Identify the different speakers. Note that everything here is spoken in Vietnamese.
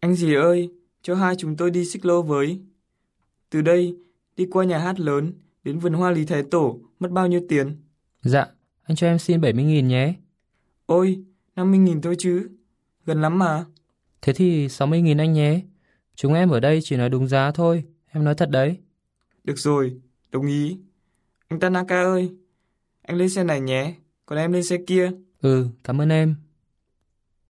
Speaker 1: Anh dì ơi, cho hai chúng tôi đi xích lô với. Từ đây, đi qua nhà hát lớn, đến vườn hoa Lý Thái Tổ, mất bao nhiêu tiền?
Speaker 2: Dạ, anh cho em xin 70.000 nhé.
Speaker 1: Ôi, 50.000 thôi chứ. Gần lắm mà.
Speaker 2: Thế thì 60.000 anh nhé. Chúng em ở đây chỉ nói đúng giá thôi, em nói thật đấy.
Speaker 1: Được rồi, đồng ý. Anh Tanaka ơi, anh lên xe này nhé, còn em lên xe kia.
Speaker 2: Ừ, cảm ơn em.